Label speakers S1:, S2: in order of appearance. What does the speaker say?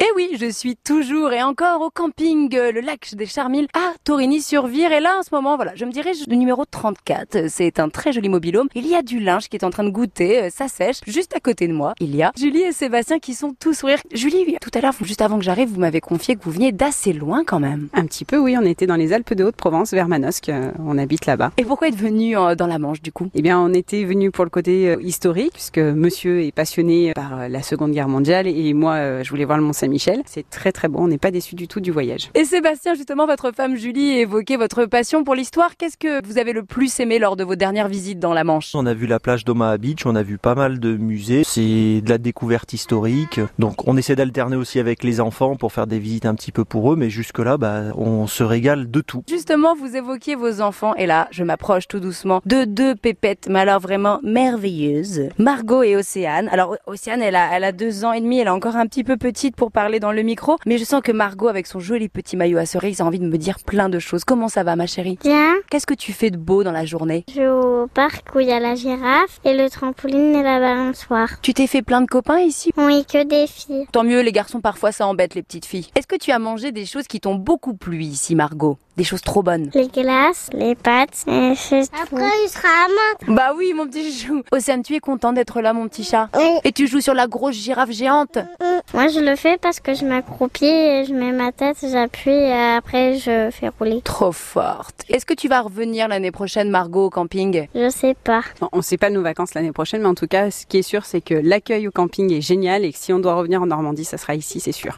S1: Et Eh oui, je suis toujours et encore au camping euh, le lac des Charmilles à Torigny-sur-Vire. Et là, en ce moment, voilà, je me dirige du numéro 34. Euh, C'est un très joli mobilhome. Il y a du linge qui est en train de goûter, euh, ça sèche. Juste à côté de moi, il y a Julie et Sébastien qui sont tout sourire. Julie, tout à l'heure, vous- juste avant que j'arrive, vous m'avez confié que vous veniez d'assez loin quand même.
S2: Un petit peu, oui. On était dans les Alpes de Haute-Provence, vers Manosque. euh, On habite là-bas.
S1: Et pourquoi êtes venu dans la Manche du coup
S2: Eh bien, on était venu pour le côté euh, historique, puisque monsieur est passionné par euh, la Seconde Guerre mondiale et moi, euh, je voulais voir le Mont Saint-Michel. C'est très très bon. On n'est pas déçu du tout du voyage.
S1: Et Sébastien, justement, votre femme Julie évoquait votre passion pour l'histoire. Qu'est-ce que vous avez le plus aimé lors de vos dernières visites dans la Manche
S3: On a vu la plage d'Omaha Beach, on a vu pas mal de musées, c'est de la découverte historique. Donc on essaie d'alterner aussi avec les enfants pour faire des visites un petit peu pour eux, mais jusque-là, bah, on se régale de tout.
S1: Justement, vous évoquiez vos enfants, et là, je m'approche tout doucement de deux pépettes, mais alors vraiment merveilleuses, Margot et Océane. Alors, O- Océane, elle a, elle a deux ans et demi, elle est encore un petit peu petite pour parler dans le micro, mais je sens que Margot, avec son joli petit maillot à cerise, a envie de me dire plein de choses. Comment ça va, ma chérie
S4: Bien,
S1: Qu'est-ce que tu fais de beau dans la journée
S4: je vais au parc où il y a la girafe et le trampoline et la balançoire.
S1: Tu t'es fait plein de copains ici
S4: On est que des filles.
S1: Tant mieux, les garçons, parfois ça embête les petites filles. Est-ce que tu as mangé des choses qui t'ont beaucoup plu ici, Margot Des choses trop bonnes
S4: Les glaces, les pâtes, et c'est tout. Après, il sera à main.
S1: Bah oui, mon petit chou Océane, tu es content d'être là, mon petit chat
S4: Oui.
S1: Et tu joues sur la grosse girafe géante
S4: Moi, je le fais parce que je m'accroupis et je mets ma tête, j'appuie et après, je fais rouler.
S1: Trop forte Est-ce que tu vas revenir l'année prochaine, Margot, au camping
S4: Je sais pas.
S2: Non, on ne sait pas nos vacances l'année prochaine, mais en tout cas, ce qui est sûr, c'est que l'accueil au camping est génial et que si on doit revenir en Normandie, ça sera ici, c'est sûr.